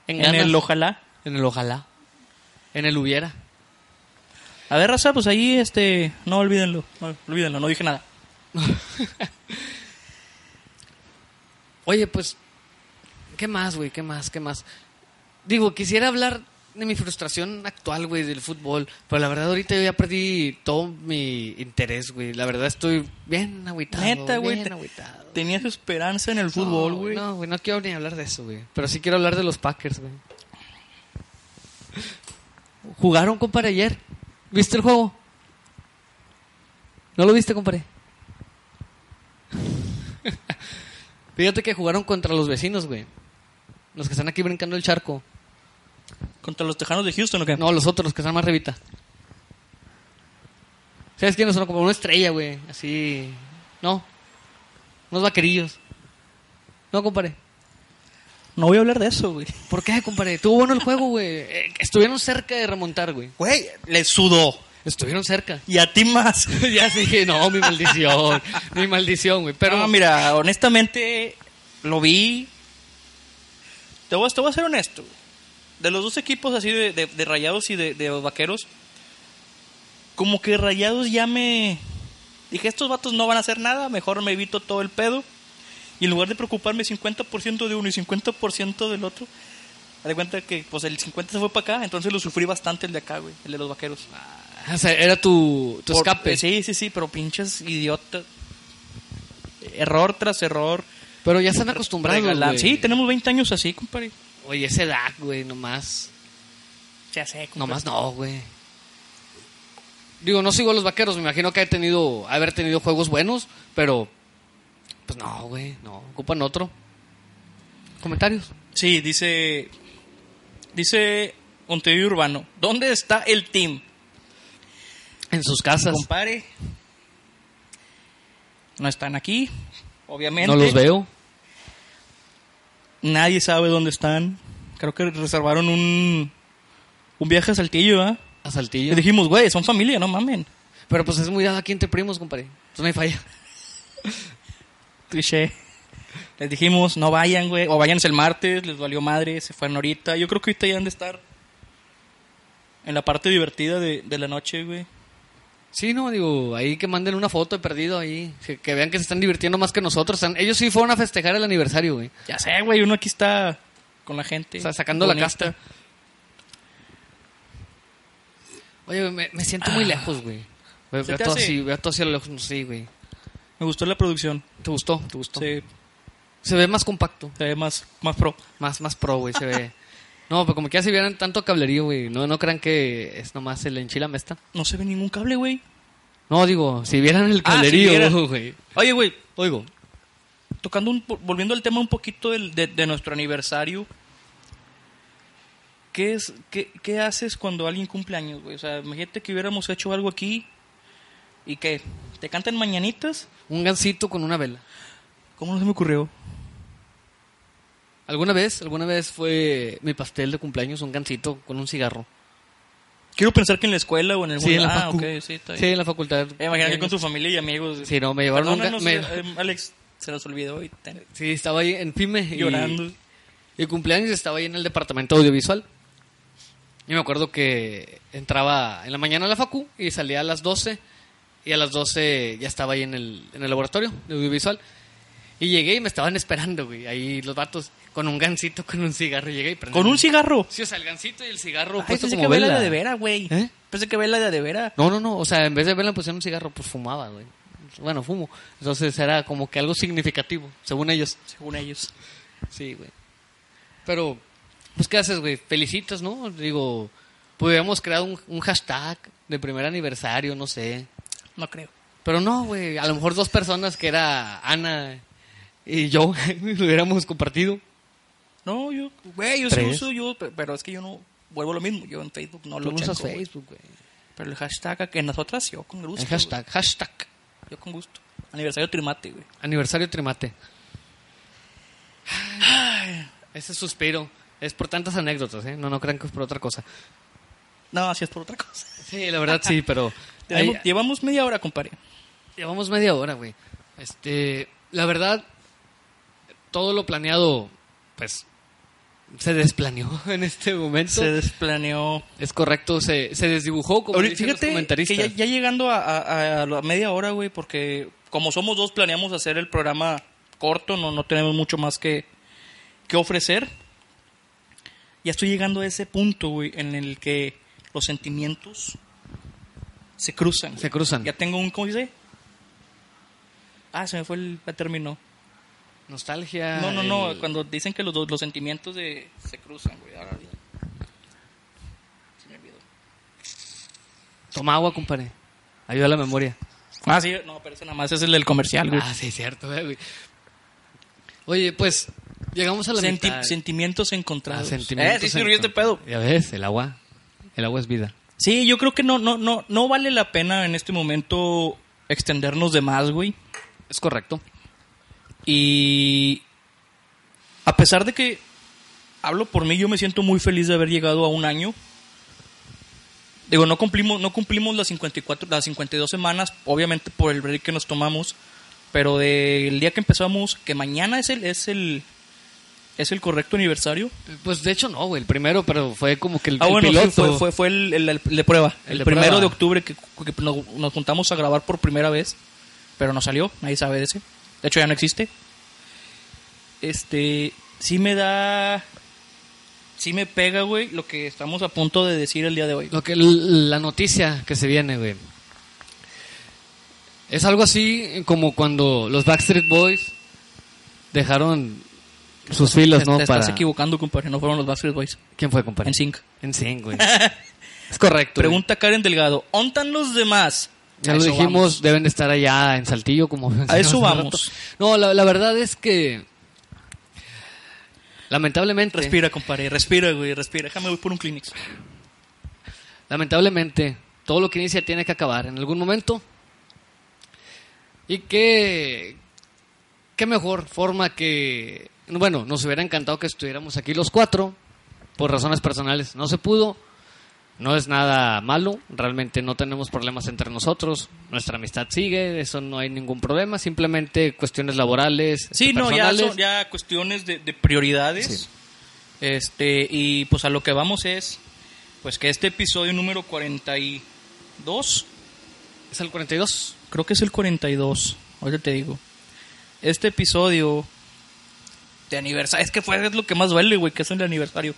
Speaker 2: en,
Speaker 1: En
Speaker 2: ganas.
Speaker 1: el ojalá.
Speaker 2: En el ojalá. En el hubiera.
Speaker 1: A ver, raza, pues ahí, este, no olvídenlo, no, olvídenlo, no dije nada.
Speaker 2: Oye, pues, ¿qué más, güey? ¿Qué más? ¿Qué más? Digo, quisiera hablar de mi frustración actual, güey, del fútbol. Pero la verdad, ahorita yo ya perdí todo mi interés, güey. La verdad, estoy bien agüitado.
Speaker 1: Neta, güey,
Speaker 2: Bien
Speaker 1: te-
Speaker 2: agüitado.
Speaker 1: Tenías esperanza en el fútbol,
Speaker 2: No,
Speaker 1: güey.
Speaker 2: No, güey, no quiero ni hablar de eso, güey. Pero sí quiero hablar de los Packers, güey. Jugaron, compadre, ayer. ¿Viste el juego? ¿No lo viste, compadre? Fíjate que jugaron contra los vecinos, güey. Los que están aquí brincando el charco.
Speaker 1: Contra los tejanos de Houston, ¿o qué?
Speaker 2: No, los otros, los que están más revita. ¿Sabes quiénes son? Como una estrella, güey. Así. No. Unos vaquerillos. No, compadre.
Speaker 1: No voy a hablar de eso, güey.
Speaker 2: ¿Por qué, compadre? Estuvo bueno el juego, güey. Eh, Estuvieron cerca de remontar, güey.
Speaker 1: Güey, le sudó.
Speaker 2: Estuvieron cerca.
Speaker 1: Y a ti más.
Speaker 2: ya sí dije, no, mi maldición. mi maldición, güey. Pero,
Speaker 1: Pero mira, honestamente, lo vi. Te voy, a- te voy a ser honesto. güey. De los dos equipos así de, de- de rayados y de, de vaqueros, como que rayados ya me. Dije, estos vatos no van a hacer nada, mejor me evito todo el pedo. Y en lugar de preocuparme 50% de uno y 50% del otro, me di cuenta que pues el 50% se fue para acá, entonces lo sufrí bastante el de acá, güey, el de los vaqueros.
Speaker 2: o sea, era tu, tu
Speaker 1: Por-
Speaker 2: escape.
Speaker 1: eh, sí, sí, sí, pero pinches idiotas. Error tras error.
Speaker 2: Pero ya están acostumbrados,
Speaker 1: Regalan-
Speaker 2: güey.
Speaker 1: Sí, tenemos 20 años así, compadre.
Speaker 2: Oye, esa edad, güey, nomás.
Speaker 1: Ya sé, compadre.
Speaker 2: Nomás no, güey. Digo, no sigo a los vaqueros. Me imagino que ha tenido, haber tenido juegos buenos, pero... Pues no, güey, no. Ocupan otro. ¿Comentarios?
Speaker 1: Sí, dice. Dice Montevideo Urbano. ¿Dónde está el team?
Speaker 2: En sus casas.
Speaker 1: Compare. No están aquí, obviamente.
Speaker 2: No los veo.
Speaker 1: Nadie sabe dónde están. Creo que reservaron un, un viaje a Saltillo, ¿ah?
Speaker 2: A
Speaker 1: Y
Speaker 2: Saltillo.
Speaker 1: dijimos, güey, son familia, no mamen.
Speaker 2: Pero pues es muy dado aquí entre primos, compadre. Entonces no hay falla.
Speaker 1: Cliché. Les dijimos, no vayan, güey. O váyanse el martes, les valió madre, se fueron ahorita. Yo creo que ahorita ya han de estar en la parte divertida de, de la noche, güey.
Speaker 2: Sí, no, digo, ahí que manden una foto de perdido ahí. Que, que vean que se están divirtiendo más que nosotros. Están- ellos sí fueron a festejar el aniversario, güey.
Speaker 1: Ya sé, güey, uno aquí está con la gente.
Speaker 2: O sea, sacando la
Speaker 1: Bonito.
Speaker 2: casta. Oye, güey, me, me siento muy lejos, güey. Veo
Speaker 1: ¿Se
Speaker 2: veo
Speaker 1: te
Speaker 2: todo
Speaker 1: hace?
Speaker 2: así, veo todo así a lo lejos, no sé, güey.
Speaker 1: Me gustó la producción.
Speaker 2: ¿Te gustó? ¿Te gustó?
Speaker 1: Se,
Speaker 2: Se ve más compacto,
Speaker 1: se ve más, más pro.
Speaker 2: más, más pro, güey, se ve. No, pero como que ya se vieran tanto cablerío, güey. No, no crean que es nomás el enchilame esta.
Speaker 1: No se ve ningún cable, güey.
Speaker 2: No, digo, si vieran el
Speaker 1: Ah, si
Speaker 2: cablerío,
Speaker 1: vieran.
Speaker 2: güey.
Speaker 1: Oye, güey,
Speaker 2: Oigo,
Speaker 1: tocando un, po- volviendo al tema un poquito del- de, de nuestro aniversario. ¿Qué, es, qué, qué haces cuando alguien cumple años, güey? O sea, imagínate que hubiéramos hecho algo aquí y que te cantan mañanitas.
Speaker 2: un gancito con una vela.
Speaker 1: ¿Cómo no se me ocurrió?
Speaker 2: ¿Alguna vez? ¿Alguna vez fue mi pastel de cumpleaños un gancito con un cigarro?
Speaker 1: Quiero pensar que en la escuela o en el
Speaker 2: Sí, en la
Speaker 1: ah,
Speaker 2: facu.
Speaker 1: ok, sí, está
Speaker 2: Sí,
Speaker 1: bien.
Speaker 2: en la facultad.
Speaker 1: Eh, imagínate que con tu familia y amigos.
Speaker 2: Sí, no, me llevaron un ga-
Speaker 1: Perdónenos,
Speaker 2: me-
Speaker 1: eh, Alex, se nos olvidó y ten-
Speaker 2: Sí, estaba ahí en PYME. y-
Speaker 1: llorando.
Speaker 2: Y cumpleaños estaba ahí en el departamento audiovisual. Y me acuerdo que entraba en la mañana a la facu y salía a las 12. Y a las 12 ya estaba ahí en el, en el laboratorio de audiovisual. Y llegué y me estaban esperando, güey. Ahí los vatos con un gancito, con un cigarro. Llegué y prendí.
Speaker 1: Con un cigarro.
Speaker 2: Sí, o sea, el gancito y el cigarro
Speaker 1: Ay,
Speaker 2: puesto
Speaker 1: pensé
Speaker 2: pues como
Speaker 1: que vela
Speaker 2: vela.
Speaker 1: de vera, güey.
Speaker 2: ¿Eh?
Speaker 1: Pensé que vela de vera.
Speaker 2: No, no, no. O sea, en vez de vela pusieron un cigarro, pues fumaba, güey. Bueno, fumo. Entonces era como que algo significativo, según ellos.
Speaker 1: Según ellos.
Speaker 2: Sí, güey. Pero, pues, ¿qué haces, güey? Felicitas, ¿no? Digo, pudiéramos crear un, un hashtag de primer aniversario, no sé.
Speaker 1: No creo.
Speaker 2: Pero no, güey. A lo mejor dos personas que era Ana y yo lo hubiéramos compartido.
Speaker 1: No, yo, güey, yo sí
Speaker 2: Tres.
Speaker 1: uso, yo, pe- pero es que yo no, vuelvo a lo mismo, yo en Facebook no
Speaker 2: Tú
Speaker 1: lo
Speaker 2: no usas
Speaker 1: checo, güey.
Speaker 2: Facebook, güey.
Speaker 1: Pero el hashtag que en las otras, yo con gusto.
Speaker 2: El hashtag, hashtag.
Speaker 1: güey. Yo con gusto. Aniversario Trimate, güey.
Speaker 2: Aniversario Trimate. Ese suspiro es por tantas anécdotas, ¿eh? No, no crean que es por otra cosa.
Speaker 1: No, así es por otra cosa.
Speaker 2: Sí, la verdad sí, pero...
Speaker 1: Llevamos,
Speaker 2: ahí-
Speaker 1: llevamos media hora, compadre.
Speaker 2: Llevamos media hora, güey. Este, la verdad, todo lo planeado, pues, se desplaneó en este momento.
Speaker 1: Se desplaneó.
Speaker 2: Es correcto, se, se desdibujó, como
Speaker 1: Ahorita,
Speaker 2: dicen los
Speaker 1: fíjate que
Speaker 2: comentaristas.
Speaker 1: ya, ya llegando a, a- a la media hora, güey, porque como somos dos, planeamos hacer el programa corto, no, no tenemos mucho más que, que ofrecer. Ya estoy llegando a ese punto, güey, en el que los sentimientos se cruzan. güey.
Speaker 2: Se cruzan.
Speaker 1: Ya tengo un, ¿cómo dice? Ah, se me fue el, ya terminó.
Speaker 2: Nostalgia.
Speaker 1: No, no, no,
Speaker 2: el-
Speaker 1: cuando dicen que los, dos- los sentimientos de- se cruzan, güey. Ah, ahora- se me olvidó.
Speaker 2: Toma agua, compadre. Ayuda a la memoria.
Speaker 1: Ah, sí, no, pero ese nada más es el del comercial, güey.
Speaker 2: Ah, sí, cierto, güey. Oye, pues, llegamos a la
Speaker 1: Senti-
Speaker 2: mitad.
Speaker 1: sentimientos encontrados.
Speaker 2: Ah, sentimientos
Speaker 1: Eh, sí, sí,
Speaker 2: en-
Speaker 1: ríe este pedo.
Speaker 2: Ya ves, el agua. El agua es vida.
Speaker 1: Sí, yo creo que no, no, no, no vale la pena en este momento extendernos de más, güey.
Speaker 2: Es correcto.
Speaker 1: Y a pesar de que hablo por mí, yo me siento muy feliz de haber llegado a un año. Digo, no cumplimos, no cumplimos las 54, las 52 semanas, obviamente por el break que nos tomamos, pero del día que empezamos, que mañana es el, es el, es el correcto aniversario.
Speaker 2: Pues, de hecho, no, güey. El primero, pero fue como que el,
Speaker 1: Ah,
Speaker 2: el
Speaker 1: bueno, sí,
Speaker 2: piloto.
Speaker 1: fue, fue, fue el, el- el de prueba.
Speaker 2: El
Speaker 1: El,
Speaker 2: de
Speaker 1: primero
Speaker 2: prueba.
Speaker 1: de octubre que, que nos, nos juntamos a grabar por primera vez, pero no salió, nadie sabe de ese. De hecho, ya no existe. Este, sí me da. Sí me pega, güey, lo que estamos a punto de decir el día de hoy.
Speaker 2: Lo que la noticia que se viene, güey. Es algo así como cuando los Backstreet Boys dejaron sus filas,
Speaker 1: Te-
Speaker 2: ¿no?
Speaker 1: te
Speaker 2: Para...
Speaker 1: estás equivocando, compadre, no fueron los Backstreet Boys.
Speaker 2: ¿Quién fue, compadre?
Speaker 1: En sync.
Speaker 2: En Sync, güey. es correcto.
Speaker 1: Pregunta Karen Delgado: ¿Ontan los demás?
Speaker 2: Ya
Speaker 1: A
Speaker 2: lo
Speaker 1: eso
Speaker 2: dijimos,
Speaker 1: vamos.
Speaker 2: deben de estar allá en Saltillo, como mencionamos
Speaker 1: eso
Speaker 2: hace rato.
Speaker 1: vamos.
Speaker 2: No, la, la verdad es que. Lamentablemente.
Speaker 1: Respira, compadre, respira, güey, respira. Déjame voy por un Kleenex.
Speaker 2: Lamentablemente, todo lo que inicia tiene que acabar en algún momento. Y que. Qué mejor forma que. Bueno, nos hubiera encantado que estuviéramos aquí los cuatro. Por razones personales no se pudo. No es nada malo. Realmente no tenemos problemas entre nosotros. Nuestra amistad sigue. Eso no hay ningún problema. Simplemente cuestiones laborales.
Speaker 1: Sí, no, ya
Speaker 2: Este, personales.
Speaker 1: son ya cuestiones de, de prioridades.
Speaker 2: Sí.
Speaker 1: Este, y pues a lo que vamos es pues que este episodio número 42,
Speaker 2: Es el 42.
Speaker 1: creo que es el 42, ahorita te digo. Este episodio de aniversario, es que fue es lo que más duele, güey, que es el aniversario.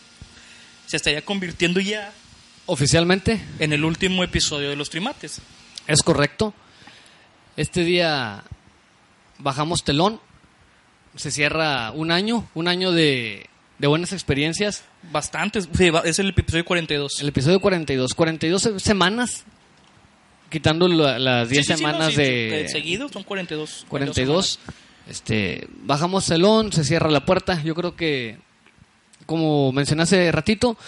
Speaker 1: Se estaría convirtiendo ya
Speaker 2: Oficialmente.
Speaker 1: en el último episodio de los primates.
Speaker 2: Es correcto. Este día bajamos telón. Se cierra un año, un año de, de buenas experiencias.
Speaker 1: Bastantes, sí, va- es el episodio 42.
Speaker 2: El episodio 42, 42 se- semanas, quitando la- las 10
Speaker 1: Sí, sí, sí, no,
Speaker 2: semanas
Speaker 1: sí,
Speaker 2: de,
Speaker 1: seguido son 42.
Speaker 2: 42. Este, bajamos telón, se cierra la puerta. Yo creo que, como mencioné hace ratito,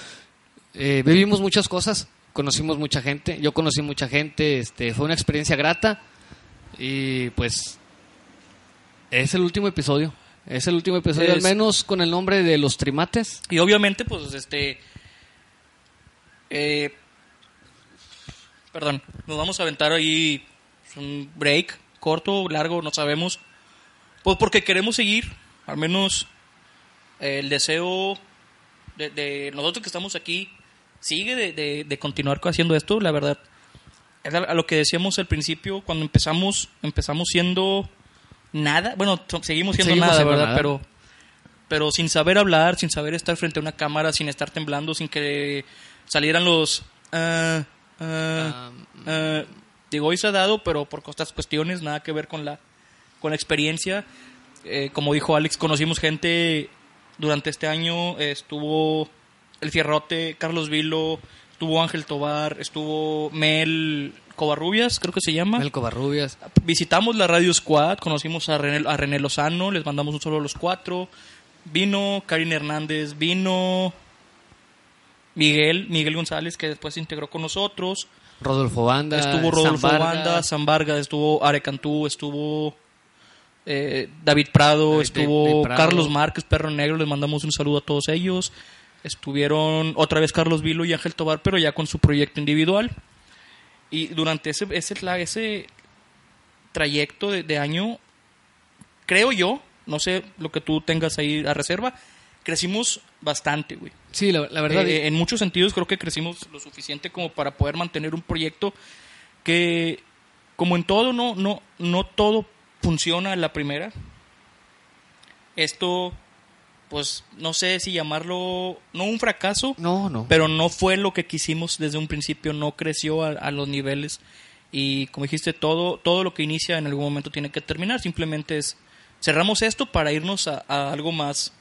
Speaker 2: eh, vivimos muchas cosas, conocimos mucha gente, yo conocí mucha gente, este, fue una experiencia grata y pues es el último episodio. Es el último episodio, al
Speaker 1: Es-
Speaker 2: menos con el nombre de los trimates.
Speaker 1: Y obviamente, pues, este. eh, perdón, nos vamos a aventar ahí un break, corto, largo, no sabemos. Pues porque queremos seguir, al menos eh, el deseo de, de nosotros que estamos aquí sigue de, de- de continuar haciendo esto, la verdad. Es a- a lo que decíamos al principio, cuando empezamos, empezamos siendo nada, bueno, to- seguimos siendo
Speaker 2: Seguimos
Speaker 1: nada,
Speaker 2: siendo
Speaker 1: ¿verdad?
Speaker 2: nada.
Speaker 1: Pero pero sin saber hablar, sin saber estar frente a una cámara, sin estar temblando, sin que salieran los... ah, ah, ah. digo, hoy se ha dado, pero por estas cuestiones, nada que ver con la, con la experiencia. Eh, como dijo Alex, conocimos gente durante este año, eh, estuvo El Fierrote, Carlos Vilo, estuvo Ángel Tobar, estuvo Mel Covarrubias, creo que se llama
Speaker 2: Ah, Melco Barrubias.
Speaker 1: visitamos la Radio Squad, conocimos a René, a René Lozano, les mandamos un solo a los cuatro. Vino Karin Hernández, vino Miguel, Miguel González, que después se integró con nosotros.
Speaker 2: Rodolfo Banda,
Speaker 1: Estuvo
Speaker 2: Sam
Speaker 1: Rodolfo
Speaker 2: Vargas,
Speaker 1: Banda, San Vargas, estuvo Are Cantú, estuvo eh, David Prado,
Speaker 2: David-
Speaker 1: estuvo
Speaker 2: David Prado.
Speaker 1: Carlos Márquez, Perro Negro, les mandamos un saludo a todos ellos. Estuvieron otra vez Carlos Vilo y Ángel Tobar, pero ya con su proyecto individual. Y durante ese, ese, tla- ese trayecto de, de año, creo yo, no sé lo que tú tengas ahí a reserva, crecimos bastante, güey.
Speaker 2: Sí, la, la verdad.
Speaker 1: Eh, en muchos sentidos creo que crecimos lo suficiente como para poder mantener un proyecto que, como en todo, no, no, no todo funciona a la primera. Esto, pues, no sé si llamarlo, no un fracaso,
Speaker 2: no, no.
Speaker 1: pero no fue lo que quisimos desde un principio, no creció a, a los niveles y como dijiste, todo, todo lo que inicia en algún momento tiene que terminar, simplemente es, cerramos esto para irnos a, a algo más,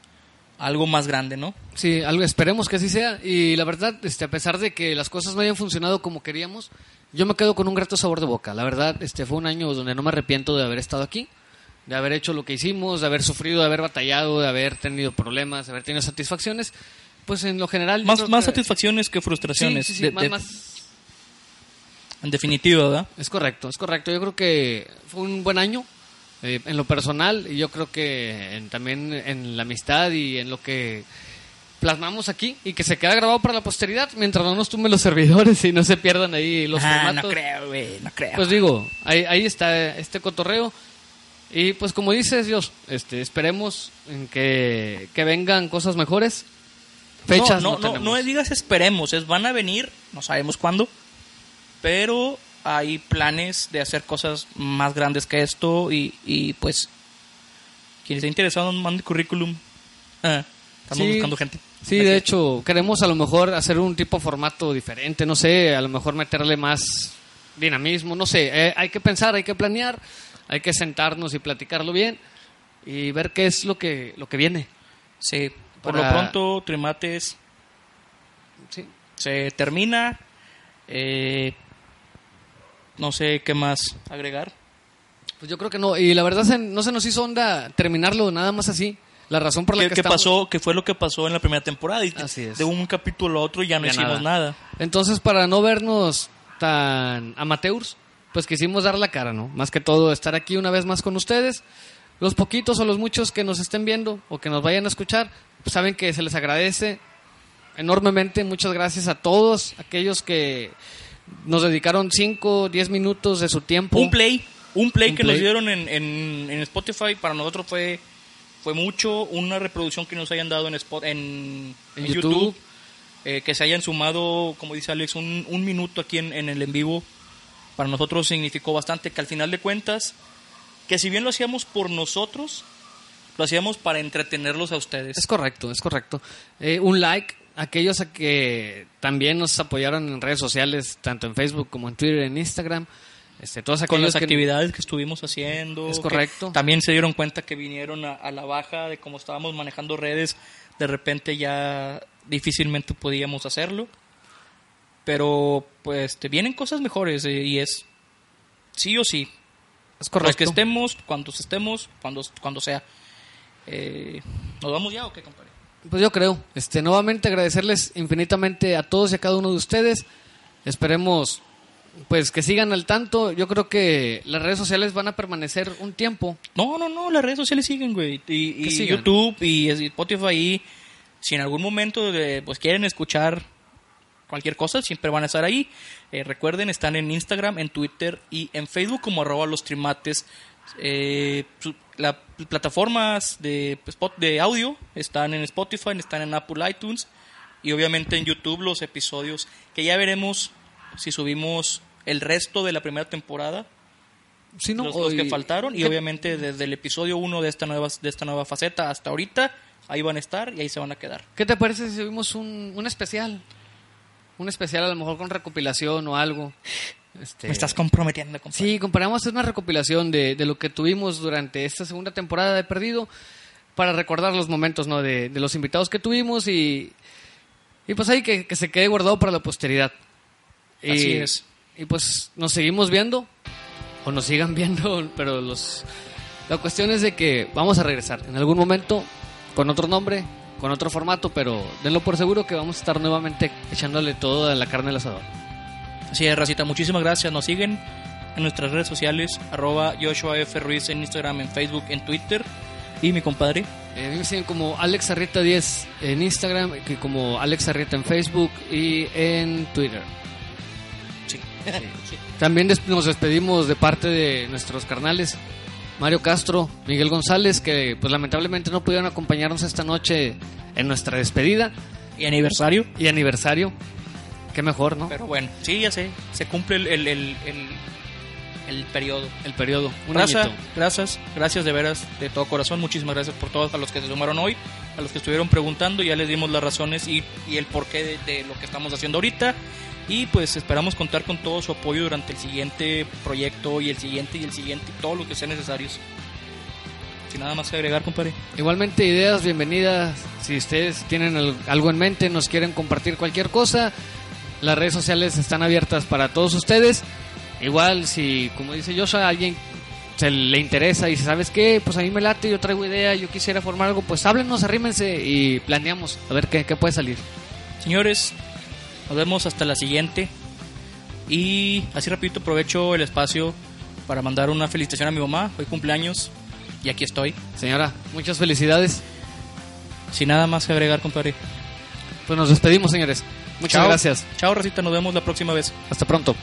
Speaker 1: a algo más grande, ¿no?
Speaker 2: Sí, algo esperemos que así sea. Y la verdad, este, a pesar de que las cosas no hayan funcionado como queríamos, yo me quedo con un grato sabor de boca. La verdad, este fue un año donde no me arrepiento de haber estado aquí, de haber hecho lo que hicimos, de haber sufrido, de haber batallado, de haber tenido problemas, de haber tenido satisfacciones. Pues en lo general. yo
Speaker 1: más,
Speaker 2: creo
Speaker 1: más
Speaker 2: que-
Speaker 1: satisfacciones que
Speaker 2: Sí,
Speaker 1: frustraciones.
Speaker 2: sí, sí,
Speaker 1: de-
Speaker 2: más-
Speaker 1: de-
Speaker 2: más-
Speaker 1: En definitiva, ¿verdad?
Speaker 2: Es correcto, es correcto. Yo creo que fue un buen año eh, en lo personal y yo creo que en- también en la amistad y en lo que plasmamos aquí y que se queda grabado para la posteridad mientras no nos tumben los servidores y no se pierdan ahí los
Speaker 1: Ah,
Speaker 2: formatos.
Speaker 1: creo, güey, no creo.
Speaker 2: Pues digo, ahí, ahí está este cotorreo. Y pues como dices, Dios, este, esperemos en que, que vengan cosas mejores. Fechas
Speaker 1: no, no,
Speaker 2: no,
Speaker 1: no,
Speaker 2: tenemos.
Speaker 1: no digas esperemos, es van a venir, no sabemos cuándo, pero hay planes de hacer cosas más grandes que esto y, y pues quien esté interesado mande currículum. Ah, estamos
Speaker 2: Sí.
Speaker 1: buscando gente.
Speaker 2: Sí, de hecho, queremos a lo mejor hacer un tipo de formato diferente, no sé, a lo mejor meterle más dinamismo, no sé, eh, hay que pensar, hay que planear, hay que sentarnos y platicarlo bien y ver qué es lo que lo que viene.
Speaker 1: Sí, por
Speaker 2: Para-
Speaker 1: lo pronto Trimates
Speaker 2: Sí.
Speaker 1: se termina. Eh, No sé qué más agregar.
Speaker 2: Pues yo creo que no. Y la verdad se- no se nos hizo onda terminarlo nada más así. La razón por la
Speaker 1: ¿Qué,
Speaker 2: que,
Speaker 1: qué
Speaker 2: estamos-
Speaker 1: pasó? ¿Qué fue lo que pasó en la primera temporada? Y
Speaker 2: Así es.
Speaker 1: De un capítulo a otro ya no
Speaker 2: Ya
Speaker 1: hicimos nada.
Speaker 2: Entonces, para no vernos tan amateurs, pues quisimos dar la cara, ¿no? Más que todo, estar aquí una vez más con ustedes. Los poquitos o los muchos que nos estén viendo o que nos vayan a escuchar, pues saben que se les agradece enormemente. Muchas gracias a todos aquellos que nos dedicaron 5, 10 minutos de su tiempo.
Speaker 1: Un play. Un play
Speaker 2: Un
Speaker 1: que
Speaker 2: play.
Speaker 1: nos dieron en, en- en Spotify para nosotros fue, fue mucho. Una reproducción que nos hayan dado en, Spot- en,
Speaker 2: En
Speaker 1: en
Speaker 2: YouTube.
Speaker 1: YouTube. eh, que se hayan sumado, como dice Alex, un, un minuto aquí en, en el en vivo. Para nosotros significó bastante que al final de cuentas, que si bien lo hacíamos por nosotros, lo hacíamos para entretenerlos a ustedes.
Speaker 2: Es correcto, es correcto. Eh, un like, aquellos a que también nos apoyaron en redes sociales, tanto en Facebook como en Twitter, en Instagram. Este, todos
Speaker 1: con
Speaker 2: aquellos
Speaker 1: las
Speaker 2: que-
Speaker 1: actividades que estuvimos haciendo.
Speaker 2: Es
Speaker 1: que
Speaker 2: correcto.
Speaker 1: También se dieron cuenta que vinieron a, a la baja de cómo estábamos manejando redes. De repente ya difícilmente podíamos hacerlo. Pero pues te vienen cosas mejores eh, y es sí o sí.
Speaker 2: Es
Speaker 1: Los
Speaker 2: correcto.
Speaker 1: que estemos, cuando estemos, cuando, cuando sea. Eh, ¿Nos vamos ya o qué, compadre?
Speaker 2: Pues yo creo. Este, nuevamente agradecerles infinitamente a todos y a cada uno de ustedes. Esperemos pues que sigan al tanto. Yo creo que las redes sociales van a permanecer un tiempo.
Speaker 1: No, no, no, las redes sociales siguen, güey. Y,
Speaker 2: Que
Speaker 1: y
Speaker 2: sigan.
Speaker 1: YouTube y Spotify. Y si en algún momento eh, pues quieren escuchar cualquier cosa, siempre van a estar ahí. Eh, recuerden, están en Instagram, en Twitter y en Facebook como arroba los trimates. Eh, su- la- plataformas de, spot- de audio están en Spotify, están en Apple iTunes y obviamente en YouTube los episodios que ya veremos si subimos el resto de la primera temporada
Speaker 2: Si no,
Speaker 1: los, los que
Speaker 2: hoy-
Speaker 1: faltaron y
Speaker 2: ¿qué-
Speaker 1: obviamente desde el episodio 1 de esta nueva de esta nueva faceta hasta ahorita ahí van a estar y ahí se van a quedar.
Speaker 2: ¿Qué te parece si subimos un, un especial? Un especial a lo mejor con recopilación o algo. Este,
Speaker 1: Me estás comprometiendo, compadre.
Speaker 2: Sí, comparamos una recopilación de, de lo que tuvimos durante esta segunda temporada de Perdido para recordar los momentos ¿no? de, de los invitados que tuvimos y, y pues ahí que, que se quede guardado para la posteridad. Y,
Speaker 1: Así es.
Speaker 2: Y pues nos seguimos viendo o nos sigan viendo, pero los la cuestión es de que vamos a regresar en algún momento con otro nombre, con otro formato, pero denlo por seguro que vamos a estar nuevamente echándole toda la carne al asador.
Speaker 1: Así es, Racita, muchísimas gracias. Nos siguen en nuestras redes sociales, arroba Joshua F. Ruiz en Instagram, en Facebook, en Twitter. Y mi compadre,
Speaker 2: Eh, a mí me siguen como Alex Arrieta 10 en Instagram, que como Alex Arrieta en Facebook y en Twitter.
Speaker 1: sí. Sí.
Speaker 2: También des- nos despedimos de parte de nuestros carnales Mario Castro, Miguel González, que pues lamentablemente no pudieron acompañarnos esta noche en nuestra despedida
Speaker 1: Y aniversario.
Speaker 2: y aniversario. Qué mejor, ¿no?
Speaker 1: Pero bueno, sí, ya sé. Se cumple el, el, el, el, el periodo.
Speaker 2: El periodo. Un
Speaker 1: Raza,
Speaker 2: añito.
Speaker 1: gracias, gracias de veras, de todo corazón. Muchísimas gracias por todos a los que se sumaron hoy, a los que estuvieron preguntando. Ya les dimos las razones y, y el porqué de, de lo que estamos haciendo ahorita. Y pues esperamos contar con todo su apoyo durante el siguiente proyecto y el siguiente y el siguiente, y todo lo que sea necesario. Sin nada más que agregar, compadre.
Speaker 2: Igualmente ideas bienvenidas. Si ustedes tienen al- algo en mente, nos quieren compartir cualquier cosa, las redes sociales están abiertas para todos ustedes. Igual si, como dice Joshua, a alguien se le interesa y dice, ¿sabes qué? Pues a mí me late, yo traigo idea, yo quisiera formar algo, pues háblenos, arrímense y planeamos a ver qué, qué puede salir.
Speaker 1: Señores, nos vemos hasta la siguiente. Y así rapidito aprovecho el espacio para mandar una felicitación a mi mamá. Hoy cumpleaños y aquí estoy.
Speaker 2: Señora, muchas felicidades.
Speaker 1: Sin nada más que agregar, compadre.
Speaker 2: Pues nos despedimos, señores. Muchas
Speaker 1: Chao.
Speaker 2: gracias.
Speaker 1: Chao, Racita. Nos vemos la próxima vez.
Speaker 2: Hasta pronto.